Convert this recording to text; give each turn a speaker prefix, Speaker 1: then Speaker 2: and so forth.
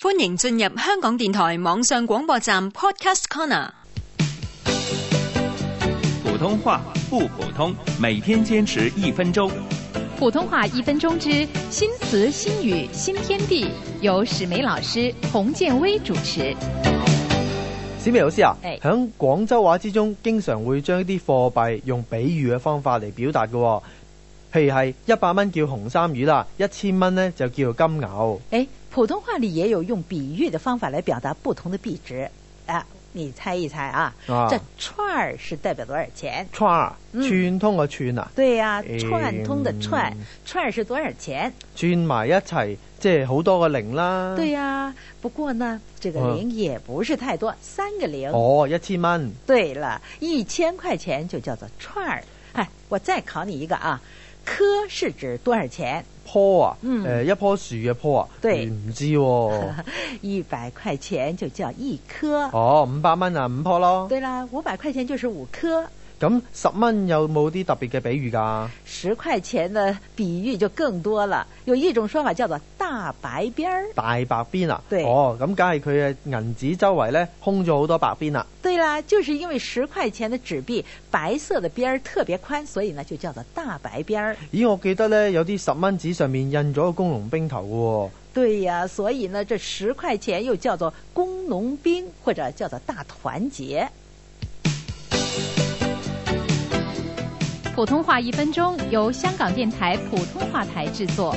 Speaker 1: 歡迎進入香港電台網上廣播站 Podcast Corner。
Speaker 2: 普通話不普通，每天堅持一分鐘。
Speaker 3: 普通話一分鐘之新詞新語新天地，由史梅老師洪建威主持。
Speaker 4: 史美老師啊，
Speaker 5: 哎
Speaker 3: 係
Speaker 4: 喺廣州話之中，經常會將一啲貨幣用比喻嘅方法嚟表達嘅喎，譬如係一百蚊叫紅衫魚啦，一千蚊呢就叫做金牛。
Speaker 5: 哎，普通话里也有用比喻的方法来表达不同的币值。啊，你猜一猜啊，
Speaker 4: 啊
Speaker 5: 这串儿是代表多少钱？哎
Speaker 4: 串啊，
Speaker 5: 嗯
Speaker 4: 串通個串啊，
Speaker 5: 对呀、
Speaker 4: 嗯
Speaker 5: 串通的串，串儿是多少钱？
Speaker 4: 串埋一齊，即係好多個零啦。
Speaker 5: 对呀、不过呢，这个
Speaker 4: 嗯
Speaker 5: 零也不是太多，三个零。
Speaker 4: 哦，一千蚊，
Speaker 5: 对了，一千块钱就叫做串儿。哎，我再考你一个啊，棵是指多少钱？
Speaker 4: 棵啊，
Speaker 5: 嗯
Speaker 4: 誒一棵樹嘅棵啊，
Speaker 5: 對
Speaker 4: 嗯唔知喎。
Speaker 5: 一百块钱就叫一棵。
Speaker 4: 哦，五百蚊啊，五棵咯。
Speaker 5: 对啦，五百块钱就是五棵。
Speaker 4: 咁十蚊有冇啲特別嘅比喻㗎？
Speaker 5: 十块钱的比喻就更多了，有一种说法叫做“大白边儿
Speaker 4: 大白邊啊，
Speaker 5: 對
Speaker 4: 哦，咁梗係佢嘅銀紙周圍呢，空咗好多白邊啦。”。
Speaker 5: 对啦，就是因为十块钱的纸币白色的边儿特别宽，所以呢就叫做“大白边儿
Speaker 4: 咦，我記得呢，有啲十蚊紙上面印咗個工農兵頭嘅喎、”。
Speaker 5: 对呀，所以呢这十块钱又叫做“工农兵”或者叫做“大团结
Speaker 3: 普通话一分鐘由香港电台普通话台制作。